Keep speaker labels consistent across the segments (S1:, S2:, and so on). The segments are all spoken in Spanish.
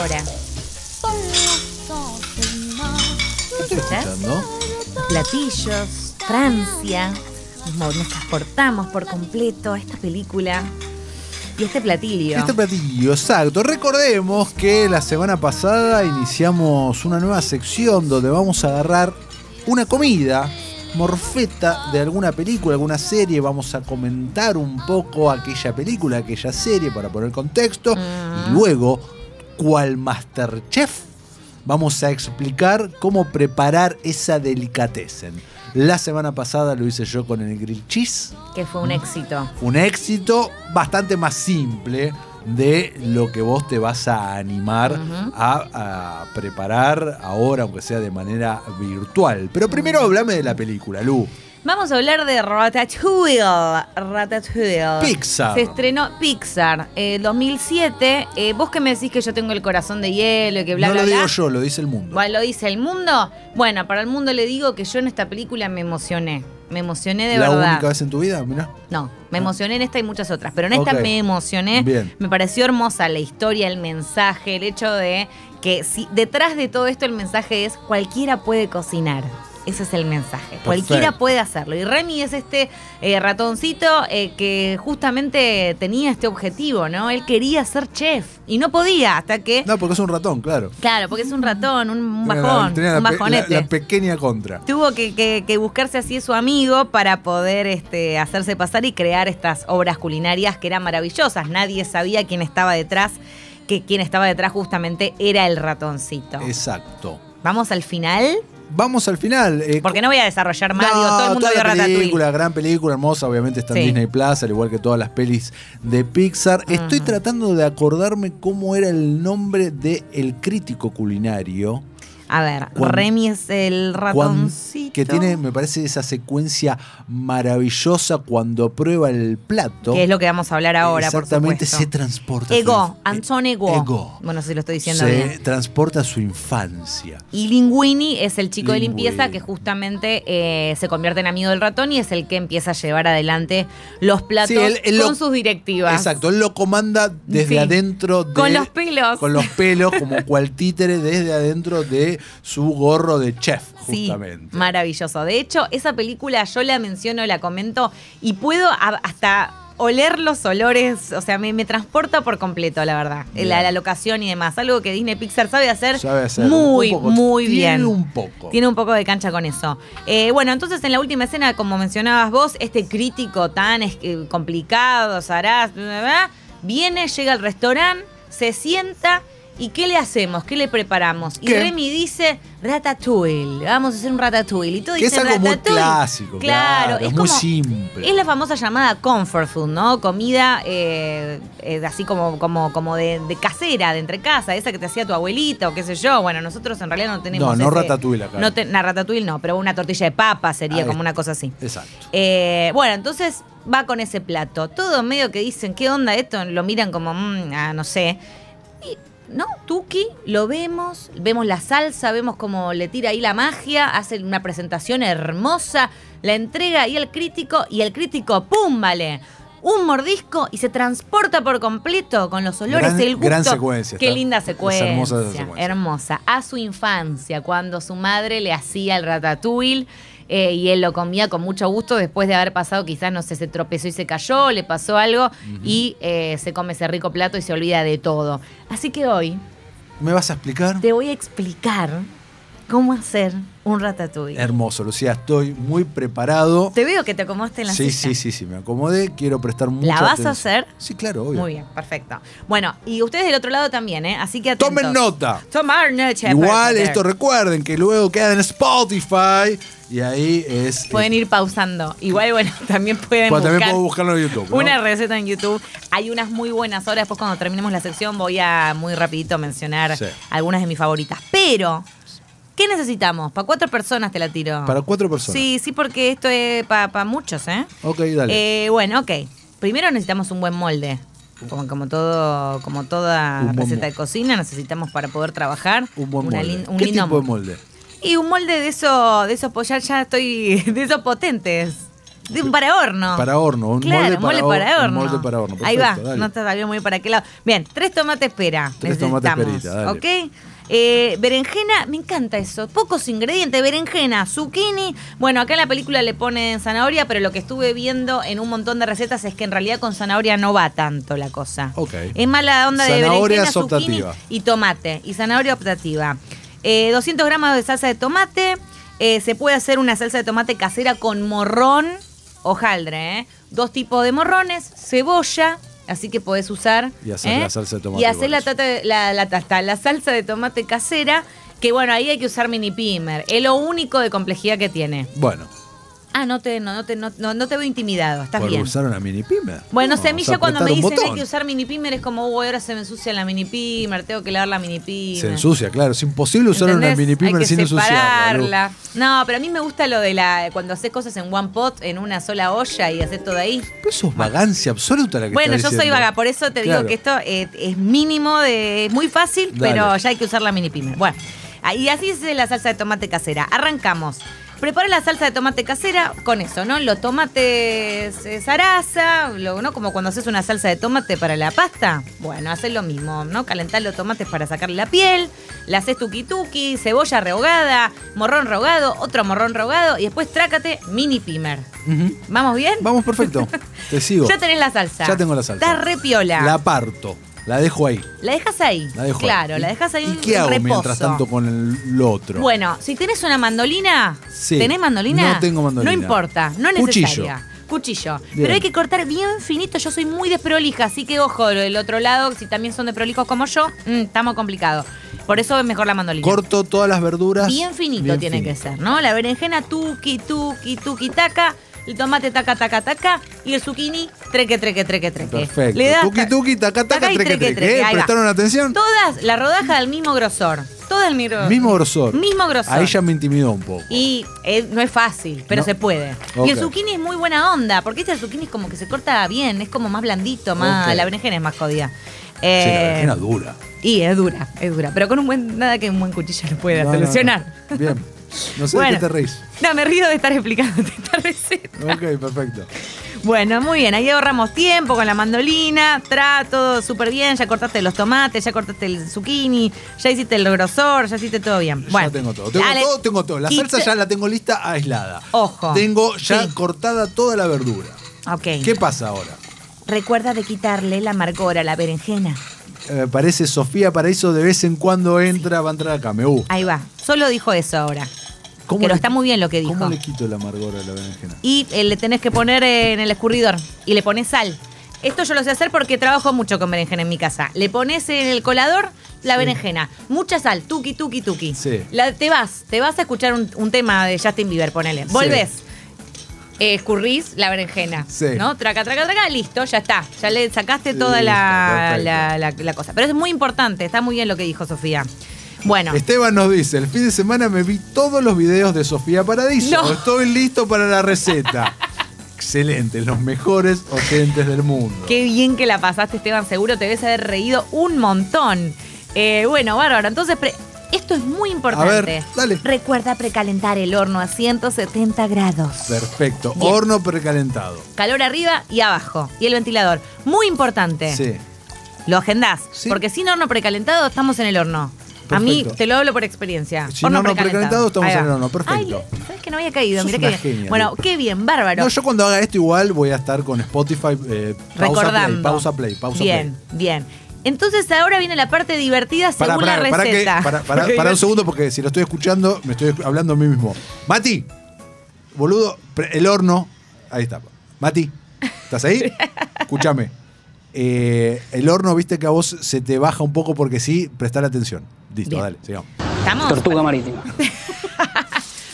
S1: ahora.
S2: ¿Qué estoy escuchando?
S1: Platillos, Francia. Mo- Nos transportamos por completo a esta película y este platillo.
S2: Este platillo, exacto. Recordemos que la semana pasada iniciamos una nueva sección donde vamos a agarrar una comida morfeta de alguna película, alguna serie. Vamos a comentar un poco aquella película, aquella serie para poner contexto. Y luego, cual Masterchef, vamos a explicar cómo preparar esa delicatessen. La semana pasada lo hice yo con el grill cheese
S1: Que fue un éxito.
S2: un éxito bastante más simple de lo que vos te vas a animar a, a preparar ahora, aunque sea de manera virtual. Pero primero hablame de la película, Lu.
S1: Vamos a hablar de Ratatouille. Ratatouille.
S2: Pixar.
S1: Se estrenó Pixar eh, 2007. Eh, vos que me decís que yo tengo el corazón de hielo y que bla,
S2: no
S1: bla,
S2: lo
S1: bla.
S2: digo yo, lo dice el mundo.
S1: Bueno, lo dice el mundo. Bueno, para el mundo le digo que yo en esta película me emocioné. Me emocioné de
S2: la
S1: verdad.
S2: única vez en tu vida, mirá.
S1: No, me emocioné en esta y muchas otras, pero en esta
S2: Ok.
S1: me emocioné.
S2: Bien.
S1: Me pareció hermosa la historia, el mensaje, el hecho de que si detrás de todo esto el mensaje es cualquiera puede cocinar. Ese es el mensaje. Cualquiera puede hacerlo. Y Remy es este eh, ratoncito eh, que justamente tenía este objetivo, ¿no? Él quería ser chef y no podía hasta que...
S2: No, porque es un ratón, claro.
S1: Claro, porque es un ratón, un
S2: Tenía la-
S1: bajón,
S2: tenía la
S1: un
S2: pe-
S1: bajonete.
S2: La, la pequeña contra.
S1: Tuvo que, que- que buscarse así a su amigo para poder este, hacerse pasar y crear estas obras culinarias que eran maravillosas. Nadie sabía quién estaba detrás, que quien estaba detrás justamente era el ratoncito.
S2: Exacto.
S1: Vamos al final,
S2: Vamos al final. eh,
S1: porque no voy a desarrollar más, digo, todo el mundo
S2: toda
S1: vio
S2: la
S1: Ratatouille.
S2: película, gran película, hermosa, obviamente está en
S1: Sí.
S2: Disney Plus, al igual que todas las pelis de Pixar. Estoy tratando de acordarme cómo era el nombre del el crítico culinario
S1: A ver,
S2: Cuan-
S1: Remy es el
S2: cuan-
S1: ratoncito.
S2: que tiene, me parece, esa secuencia maravillosa cuando prueba el plato.
S1: que es lo que vamos a hablar ahora, por
S2: Exactamente, se
S1: supuesto.
S2: transporta. a su
S1: Ego,
S2: inf-
S1: Anton Ego.
S2: Eh, Ego.
S1: Bueno, si lo estoy diciendo bien.
S2: Se transporta a su infancia.
S1: Y Linguini es el chico de limpieza
S2: Linguini.
S1: que justamente eh, se convierte en amigo del ratón y es el que empieza a llevar adelante los platos
S2: Sí, él- él lo-
S1: con sus directivas.
S2: Exacto, él lo comanda desde
S1: Sí.
S2: adentro de-
S1: Con los pelos.
S2: Con los pelos, como cual títere desde adentro de su gorro de chef,
S1: Sí,
S2: justamente.
S1: maravilloso. De hecho, esa película yo la menciono, la comento y puedo a- hasta oler los olores, o sea, me, me transporta por completo, la verdad.
S2: Bien.
S1: La, la locación y demás, algo que Disney Pixar sabe hacer,
S2: Sabe hacer
S1: muy,
S2: un poco-
S1: muy
S2: tiene
S1: bien.
S2: un poco.
S1: Tiene un poco de cancha con eso. Eh, bueno, entonces en la última escena, como mencionabas vos, este crítico tan es- eh, complicado, Saraz, bla, bla, bla, viene, llega al restaurante, se sienta. ¿Y qué le hacemos? ¿Qué le preparamos? Y
S2: ¿Qué?
S1: Remy dice ratatouille. Vamos a hacer un ratatouille. Y todo
S2: que es
S1: dice
S2: algo muy
S1: ratatouille.
S2: clásico, claro, es, muy simple.
S1: Es la famosa llamada comfort food, ¿no? Comida eh, eh, así como, como, como de, de casera, de entre casa, esa que te hacía tu abuelita o qué sé yo. Bueno, nosotros en realidad no tenemos.
S2: No, no
S1: ese-
S2: ratatouille acá. Ah,
S1: No, te- na, ratatouille no, pero una tortilla de papa sería
S2: Ahí
S1: como
S2: está.
S1: una cosa así.
S2: Exacto.
S1: Eh, bueno, entonces va con ese plato. Todo medio que dicen, ¿qué onda esto? Lo miran como, mm, ah, no sé. Y, no, Tuki, lo vemos, vemos la salsa, vemos cómo le tira ahí la magia, hace una presentación hermosa, la entrega ahí al crítico y el crítico, ¡pum! Vale. Un mordisco y se transporta por completo con los olores,
S2: Gran-
S1: el gusto.
S2: gran secuencia,
S1: Qué
S2: está-
S1: linda
S2: es
S1: secuencia.
S2: hermosa esa secuencia.
S1: hermosa. A su infancia, cuando su madre le hacía el ratatouille eh, y él lo comía con mucho gusto después de haber pasado, quizás, no sé, se tropezó y se cayó, le pasó algo y eh, se come ese rico plato y se olvida de todo. Así que hoy
S2: ¿Me vas a explicar?
S1: te voy a explicar cómo hacer un ratatouille.
S2: Hermoso, Lucía, estoy muy preparado.
S1: te veo que te acomodaste en la
S2: Sí,
S1: silla.
S2: sí, sí, sí, me acomodé, quiero prestar mucha
S1: vas a
S2: atención.
S1: hacer?
S2: Sí, claro, obvio.
S1: Muy bien, perfecto. Bueno, y ustedes del otro lado también, ¿eh? Así que atentos.
S2: Tomen nota.
S1: Tomar noche.
S2: Igual
S1: perfecto.
S2: esto recuerden que luego queda en Spotify y ahí es
S1: Pueden ir pausando. Igual, bueno, también pueden
S2: Bueno,
S1: buscar
S2: también puedo buscarlo en YouTube. ¿no?
S1: una receta en YouTube. Hay unas muy buenas. Ahora después cuando terminemos la sección voy a muy rapidito mencionar
S2: Sí.
S1: algunas de mis favoritas. Pero, ¿qué necesitamos? Para cuatro personas te la tiro.
S2: Para cuatro personas.
S1: Sí, sí, porque esto es para muchos, ¿eh?
S2: Ok, dale.
S1: Eh, bueno, ok. Primero necesitamos un buen molde. Como, como todo, como toda
S2: Un buen
S1: receta de
S2: molde.
S1: cocina, necesitamos para poder trabajar
S2: un buen
S1: una
S2: molde.
S1: lin- un
S2: ¿Qué
S1: lindo
S2: tipo de
S1: molde.
S2: molde?
S1: Y un molde de esos, de esos, pues ya, ya estoy, de esos potentes. De un para horno.
S2: Para horno, un
S1: Claro,
S2: molde, para, hor- un
S1: horno.
S2: molde para horno.
S1: Ahí va,
S2: Perfecto, dale.
S1: no te salió muy para qué lado. Bien, tres tomates pera.
S2: Tres tomates
S1: necesitamos,
S2: perita, dale.
S1: ¿Ok? Eh, berenjena, me encanta eso. Pocos ingredientes, berenjena, zucchini. Bueno, acá en la película le ponen zanahoria, pero lo que estuve viendo en un montón de recetas es que en realidad con zanahoria no va tanto la cosa.
S2: Ok.
S1: Es más la onda de
S2: Zanahoria
S1: berenjena,
S2: es
S1: zucchini
S2: optativa.
S1: y tomate. Y zanahoria optativa. Eh, 200 gramos de salsa de tomate. Eh, se puede hacer una salsa de tomate casera con morrón, hojaldre, ¿eh? Dos tipos de morrones, cebolla. Así que podés usar.
S2: Y hacer
S1: ¿eh?
S2: la salsa de tomate
S1: Y hacer
S2: con
S1: la,
S2: eso.
S1: tata- la, la tata- la salsa de tomate casera. Que bueno, ahí hay que usar mini pimer. Es lo único de complejidad que tiene.
S2: Bueno,
S1: Ah, no te, no, no te, no, no- no te veo intimidado. Estás
S2: por
S1: bien.
S2: usar una mini pyme.
S1: Bueno,
S2: No,
S1: semilla
S2: vas a
S1: cuando me
S2: apretar un
S1: dicen hay
S2: botón.
S1: que usar mini pimer es como, uy, ahora se me ensucia la mini pimer, tengo que lavar la mini pimer.
S2: Se ensucia, claro. Es imposible usar una
S1: ¿Entendés?
S2: mini
S1: Hay
S2: pyme
S1: que
S2: sin ensuciarla. Lu.
S1: separarla. No, pero a mí me gusta lo de la cuando haces cosas en one pot, en una sola olla y haces todo ahí.
S2: Pero eso es vagancia absoluta la que
S1: Bueno, yo
S2: estás
S1: soy
S2: diciendo.
S1: vaga, por eso te
S2: Claro.
S1: digo que esto eh, es mínimo, de, es muy fácil,
S2: Dale.
S1: pero ya hay que usar la mini pimer. Bueno, ah, y así es la salsa de tomate casera. Arrancamos. Prepara la salsa de tomate casera con eso, ¿no? Los tomates eh, zaraza, lo- ¿no? Como cuando haces una salsa de tomate para la pasta. Bueno, haces lo mismo, ¿no? Calentar los tomates para sacarle la piel, la haces tuki tuki, cebolla rehogada, morrón rehogado, otro morrón rehogado y después trácate mini pimer.
S2: Ujú.
S1: ¿Vamos bien?
S2: Vamos perfecto. Te sigo.
S1: Ya tenés la salsa.
S2: Ya tengo la salsa.
S1: Está re piola.
S2: La parto. La dejo ahí.
S1: La dejas ahí.
S2: La dejo ahí.
S1: claro,
S2: ¿Y-
S1: la dejas ahí
S2: ¿Y
S1: en
S2: qué hago
S1: reposo.
S2: mientras tanto con el, lo otro?
S1: Bueno, si tenés una mandolina,
S2: Sí.
S1: ¿tenés mandolina?
S2: No tengo mandolina.
S1: No importa, no es
S2: Cuchillo.
S1: necesaria. Cuchillo.
S2: Bien.
S1: Pero hay que cortar bien finito. Yo soy muy desprolija, así que ojo, lo del otro lado, si también son desprolijos como yo, mm, estamos complicados. Por eso es mejor la mandolina.
S2: Corto todas las verduras.
S1: Bien finito
S2: bien
S1: tiene que
S2: finito.
S1: ser, ¿no? La berenjena, tuki, tuki, tuki, taca. El tomate, taca, taca, taca. Y el zucchini, treque, treque, treque, treque.
S2: Perfecto.
S1: Le das
S2: tuki
S1: ta-
S2: tuki, taca, taca,
S1: taca y
S2: treque, treque. ¿eh?
S1: ahí va.
S2: ¿Prestaron atención?
S1: Todas, la rodaja del mismo grosor. Todas el mismo grosor.
S2: Mismo grosor.
S1: Mismo grosor.
S2: Ahí ya me intimidó un poco.
S1: Y eh, no es fácil, pero
S2: No.
S1: se puede. Y
S2: Ok.
S1: el zucchini es muy buena onda, porque este zucchini es como que se corta bien, es como más blandito, más.
S2: Ok.
S1: La berenjena es más jodida.
S2: Sí, la
S1: Eh,
S2: berenjena dura.
S1: y es dura, es dura. Pero con un buen. Nada que un buen cuchillo no pueda
S2: No, no, no.
S1: solucionar.
S2: Bien. No sé de
S1: Bueno.
S2: qué te reís.
S1: No, me río de estar explicándote esta receta.
S2: Ok, perfecto.
S1: Bueno, muy bien, ahí ahorramos tiempo con la mandolina, tra, todo súper bien, ya cortaste los tomates, ya cortaste el zucchini, ya hiciste el grosor, ya hiciste todo bien. Bueno,
S2: ya tengo todo. Tengo
S1: dale.
S2: todo, tengo todo. La
S1: Y
S2: salsa
S1: te-
S2: ya la tengo lista aislada.
S1: Ojo.
S2: Tengo ya
S1: Sí.
S2: cortada toda la verdura.
S1: Ok.
S2: ¿Qué pasa ahora?
S1: Recuerda de quitarle la amargor a la berenjena.
S2: Eh, parece Sofía Paraíso de vez en cuando entra, va a entrar acá. Me gusta.
S1: Ahí va, solo dijo eso ahora.
S2: ¿Cómo
S1: Pero
S2: le-
S1: está muy bien lo que dijo.
S2: ¿Cómo le quito el amargor a la berenjena?
S1: Y eh, le tenés que poner eh, en el escurridor y le pones sal. Esto yo lo sé hacer porque trabajo mucho con berenjena en mi casa. Le pones en el colador la berenjena, mucha sal, tuki, tuki, tuki.
S2: Sí.
S1: La- te vas, te vas a escuchar un, un tema de Justin Bieber, ponele. Volvés. eh, escurrís la berenjena,
S2: Sí.
S1: ¿no? Traca, traca, traca, listo, ya está. Ya le sacaste toda
S2: Listo,
S1: la,
S2: perfecto.
S1: la- la- la cosa. Pero es muy importante, está muy bien lo que dijo Sofía. Bueno,
S2: Esteban nos dice, el fin de semana me vi todos los videos de Sofía Paradiso.
S1: No.
S2: Estoy listo para la receta. Excelente, los mejores oyentes del mundo.
S1: Qué bien que la pasaste, Esteban. Seguro te debes haber reído un montón. Eh, bueno, bárbaro. Entonces, pre- esto es muy importante.
S2: A ver, dale.
S1: Recuerda precalentar el horno a 170 grados.
S2: Perfecto.
S1: Bien.
S2: Horno precalentado.
S1: Calor arriba y abajo. Y el ventilador. Muy importante.
S2: Sí.
S1: Lo agendás.
S2: Sí.
S1: Porque sin horno precalentado estamos en el horno. A mí
S2: Perfecto.
S1: te lo hablo por experiencia.
S2: Sin horno precalentado estamos
S1: Ahí va.
S2: en el horno. Perfecto.
S1: Ay, Sabes que no había caído.
S2: Sos
S1: Mirá qué
S2: una
S1: bien.
S2: genia,
S1: Bueno,
S2: Lu.
S1: qué bien, bárbaro.
S2: No, yo cuando haga esto igual voy a estar con Spotify. eh, pausa play,
S1: Recordando.
S2: pausa play, pausa
S1: bien,
S2: play.
S1: bien. Entonces ahora viene la parte divertida según la
S2: pará que-
S1: receta.
S2: pará, pará,
S1: Porque
S2: pará un
S1: digo,
S2: segundo porque si lo estoy escuchando, me estoy hablando a mí mismo. Mati, boludo, pre- el horno. Ahí está. Mati, ¿estás ahí? Escúchame. Eh, el horno, viste que a vos se te baja un poco porque sí, prestar atención. Listo,
S1: Bien.
S2: dale, sigamos.
S1: ¿Estamos?
S3: Tortuga marítima.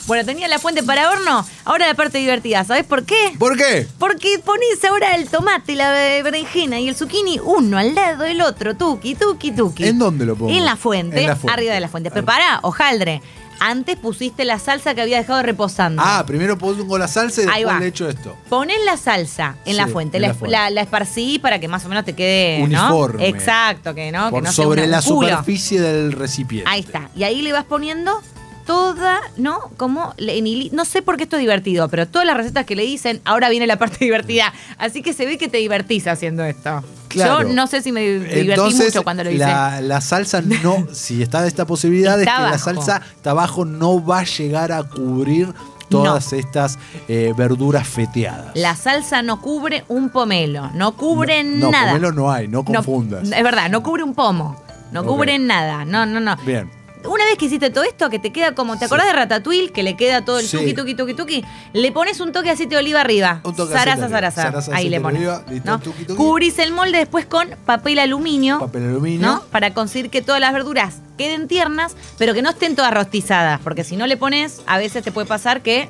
S1: Bueno, tenía la fuente para horno, ahora la parte divertida. ¿Sabés por qué?
S2: ¿Por qué?
S1: Porque ponés ahora el tomate, la be- berenjena y el zucchini uno al lado del otro, tuki, tuki, tuki.
S2: ¿En dónde lo pongo?
S1: En la fuente,
S2: En la fuente.
S1: arriba de la fuente. Prepará, hojaldre. Antes pusiste la salsa que había dejado reposando.
S2: Ah, primero pongo la salsa y
S1: Mm. Ahí
S2: después
S1: va.
S2: le echo esto.
S1: Ponés la salsa en la
S2: Sí,
S1: fuente,
S2: en
S1: la,
S2: la fuente.
S1: la- la esparcí para que más o menos te quede
S2: Uniforme.
S1: ¿no? Exacto, que no, que
S2: Por
S1: no sea
S2: sobre
S1: un-
S2: la
S1: un culo.
S2: superficie del recipiente.
S1: Ahí está. Y ahí le vas poniendo toda, ¿no? Como le- en hili- no sé por qué esto es divertido, pero todas las recetas que le dicen, ahora viene la parte divertida. Así que se ve que te divertís haciendo esto.
S2: Claro.
S1: Yo no sé si me divertí
S2: Entonces,
S1: mucho cuando lo hice.
S2: La, la salsa no, si está esta posibilidad
S1: Está
S2: es que la
S1: abajo.
S2: salsa tabajo no va a llegar a cubrir todas estas eh, verduras feteadas.
S1: La salsa no cubre un pomelo, no cubre
S2: No,
S1: nada.
S2: pomelo no hay, no
S1: No,
S2: confundas.
S1: es verdad, no cubre un pomo, no
S2: Ok.
S1: cubre nada, no, no, no.
S2: Bien.
S1: Una vez que hiciste todo esto, que te queda como, ¿te acordás de Ratatouille? Que le queda todo el
S2: Sí.
S1: tuqui, tuqui, tuqui, tuqui. Le pones un toque de aceite de oliva arriba.
S2: Un toque de
S1: zaraza,
S2: aceite de oliva.
S1: zaraza.
S2: Zaraza,
S1: Ahí
S2: aceite
S1: le
S2: de
S1: pones.
S2: oliva, listo,
S1: ¿no?
S2: tuqui, tuqui.
S1: Cubrís el molde después con papel aluminio,
S2: Papel aluminio.
S1: ¿no? Para conseguir que todas las verduras queden tiernas, pero que no estén todas rostizadas. Porque si no le pones, a veces te puede pasar que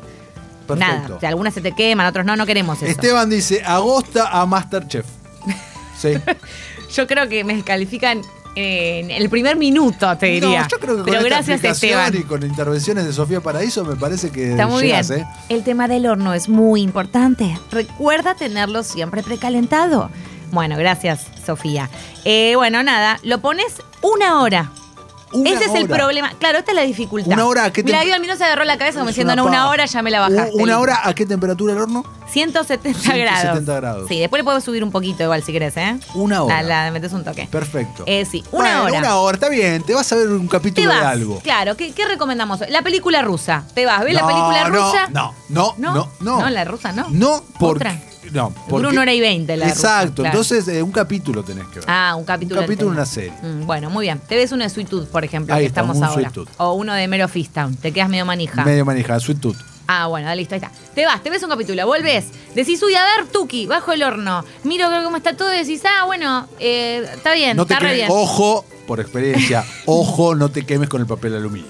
S1: nada.
S2: Perfecto.
S1: o sea, algunas se te queman, otros no, no queremos eso.
S2: Esteban dice, agosta a Masterchef. Sí.
S1: Yo creo que me descalifican en el primer minuto, te diría.
S2: No, yo creo que
S1: Pero
S2: con esta
S1: gracias,
S2: explicación
S1: Esteban.
S2: y con intervenciones de Sofía Paraíso me parece que
S1: Está muy
S2: llegas,
S1: bien.
S2: ¿eh?
S1: El tema del horno es muy importante. Recuerda tenerlo siempre precalentado. Bueno, gracias, Sofía. Eh, bueno, nada, lo pones una hora.
S2: Una
S1: Ese es el
S2: hora.
S1: problema. Claro, esta es la dificultad.
S2: Una hora, ¿a qué te-
S1: Mira, Guido se agarró la cabeza como
S2: Es
S1: diciendo, no,
S2: paja.
S1: una hora ya me la bajaste.
S2: U- ¿Una
S1: Listo.
S2: hora a qué temperatura el horno?
S1: 170,
S2: 170
S1: grados.
S2: grados.
S1: Sí, después le puedo subir un poquito igual si querés, ¿eh?
S2: Una hora.
S1: La, la metes un toque.
S2: Perfecto.
S1: Eh, sí, una
S2: Bueno,
S1: hora.
S2: Una hora, está bien. Te vas a ver
S1: Te
S2: un capítulo de
S1: vas.
S2: algo.
S1: Claro, ¿qué, qué recomendamos? La película rusa. Te vas, ¿ves la
S2: No,
S1: película rusa?
S2: No, no, no, no. No,
S1: la rusa no.
S2: No, porque.
S1: Otra.
S2: No, porque.
S1: Dura una hora y veinte la rusa,
S2: Exacto,
S1: claro.
S2: entonces eh, un capítulo tenés que ver.
S1: Ah, un capítulo.
S2: Un capítulo,
S1: entero.
S2: una serie.
S1: Mm, bueno, muy bien. Te ves uno de Sweet Tooth, por ejemplo,
S2: Ahí
S1: que
S2: está,
S1: estamos
S2: un
S1: ahora.
S2: Sweet Tooth.
S1: O uno de Mero Town. Te quedas medio manija.
S2: Medio manejada, sweet tooth.
S1: Ah, bueno, dale, listo, ahí está. Te vas, te ves un capítulo, volvés. Decís, uy, a ver, Tuki, bajo el horno. Miro cómo está todo y decís, ah, bueno, eh, está bien,
S2: No te
S1: está re
S2: quemes-
S1: bien.
S2: Ojo, por experiencia, ojo, no te quemes con el papel aluminio.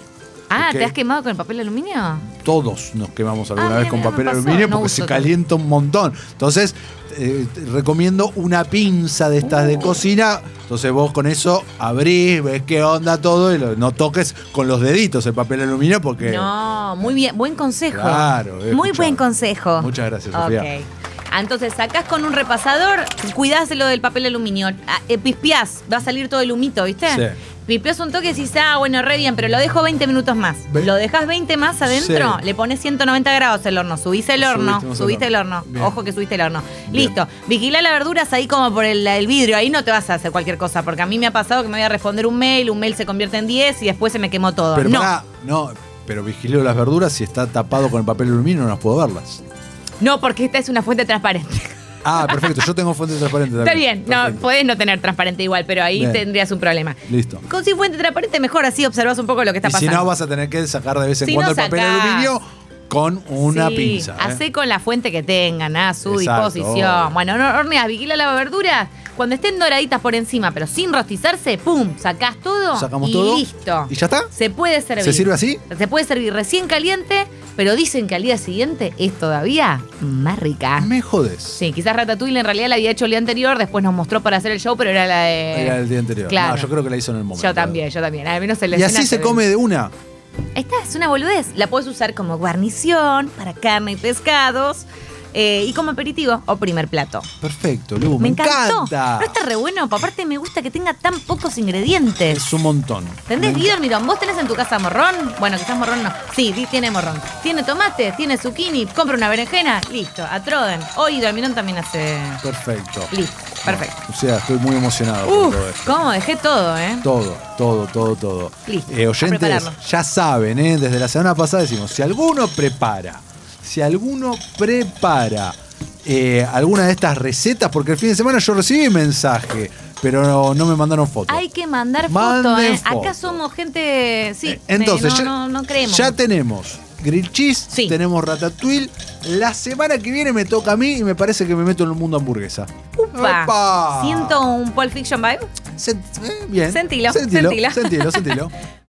S1: ah,
S2: ok.
S1: ¿te has quemado con el papel aluminio?
S2: Todos nos quemamos alguna
S1: Ah, mira,
S2: vez con
S1: mira, me
S2: papel
S1: pasó,
S2: aluminio
S1: no
S2: porque
S1: uso
S2: se
S1: tanto.
S2: calienta un montón. Entonces, eh, te recomiendo una pinza de estas
S1: Uh.
S2: de cocina. Entonces vos con eso abrís, ves qué onda todo y lo- no toques con los deditos el papel aluminio porque...
S1: No, muy bien, buen consejo.
S2: Claro, eh,
S1: Muy
S2: escuchá.
S1: buen consejo.
S2: Muchas gracias, Sofía.
S1: Ok. Ah, Entonces sacás con un repasador, cuidás lo del papel aluminio, Ah, eh, pispeás, va a salir todo el humito, ¿viste?
S2: Sí.
S1: Pispeás un toque y decís, ah, bueno, re bien, pero lo dejo 20 minutos más.
S2: Ve-
S1: Lo dejas 20 más adentro,
S2: Sí.
S1: le pones 190 grados el horno, subís el
S2: Subiste
S1: horno,
S2: más el
S1: subiste el
S2: horno.
S1: horno,
S2: Bien.
S1: ojo que subiste el horno.
S2: Bien.
S1: Listo, vigilá las verduras ahí como por el, el vidrio, ahí no te vas a hacer cualquier cosa, porque a mí me ha pasado que me voy a responder un mail, un mail se convierte en 10 y después se me quemó todo.
S2: Pero
S1: no.
S2: pará, no, pero vigilo las verduras, si está tapado con el papel aluminio no las puedo verlas.
S1: No, porque esta es una fuente transparente.
S2: Ah, perfecto, yo tengo fuente transparente
S1: Está bien, no,
S2: también.
S1: pues,
S2: Perfecto.
S1: podés no tener transparente igual, pero ahí
S2: Bien.
S1: tendrías un problema.
S2: Listo.
S1: Con si fuente transparente, mejor así observas un poco lo que está
S2: Y si
S1: pasando.
S2: no, vas a tener que sacar de vez en
S1: Si
S2: cuando
S1: no,
S2: el papel
S1: sacás.
S2: aluminio con una
S1: Sí,
S2: pinza. ¿eh?
S1: Hacé con la fuente que tengan a su
S2: Exacto.
S1: disposición. Bueno, no horneas, vigila la verdura. Cuando estén doraditas por encima, pero sin rostizarse, ¡pum! Sacás todo
S2: Sacamos
S1: y
S2: todo.
S1: listo.
S2: ¿Y ya está?
S1: Se puede servir.
S2: ¿Se sirve así?
S1: Se puede servir recién caliente, pero dicen que al día siguiente es todavía más rica.
S2: Me jodes.
S1: Ah. Sí, quizás Ratatouille en realidad la había hecho el día anterior, después nos mostró para hacer el show, pero era la de...
S2: Era el día anterior.
S1: claro.
S2: No, yo creo que la hizo en el momento.
S1: Yo también, yo también. Al menos se
S2: Y así se come de una.
S1: Esta es una boludez. La puedes usar como guarnición para carne y pescados eh, y como aperitivo o primer plato.
S2: Perfecto, Lu.
S1: Me,
S2: Uh, Me,
S1: encantó.
S2: encanta.
S1: No está re bueno. Aparte me gusta que tenga tan pocos ingredientes.
S2: Es un montón.
S1: ¿Entendés,
S2: Me
S1: Guido Almirón? ¿Vos tenés en tu casa morrón? Bueno, quizás morrón no. Sí, sí, tiene morrón. Tiene tomate, tiene zucchini, compra una berenjena, listo, atroden. Hoy Guido Almirón también hace...
S2: encanta. Perfecto.
S1: Listo, perfecto.
S2: O sea, estoy muy emocionado por
S1: Uf,
S2: todo esto.
S1: cómo dejé todo, ¿eh?
S2: Todo, todo, todo, todo.
S1: Listo,
S2: Eh,
S1: a
S2: oyentes,
S1: prepararlo.
S2: ya saben, ¿eh? desde la semana pasada decimos, si alguno prepara, si alguno prepara eh, alguna de estas recetas, porque el fin de semana yo recibí mensaje, pero no, no me mandaron fotos.
S1: Hay que mandar
S2: Manden
S1: fotos, ¿eh?
S2: foto.
S1: Acá somos gente. Sí,
S2: Eh, Entonces,
S1: eh,
S2: ya,
S1: no, no, no creemos.
S2: ya tenemos grill cheese,
S1: Sí.
S2: tenemos ratatouille. La semana que viene me toca a mí y me parece que me meto en el mundo hamburguesa.
S1: Upa.
S2: ¡Epa!
S1: Siento un Pulp Fiction vibe.
S2: Sent- eh, bien.
S1: Sentilo,
S2: Sentilo,
S1: sentilo.
S2: sentilo, sentilo.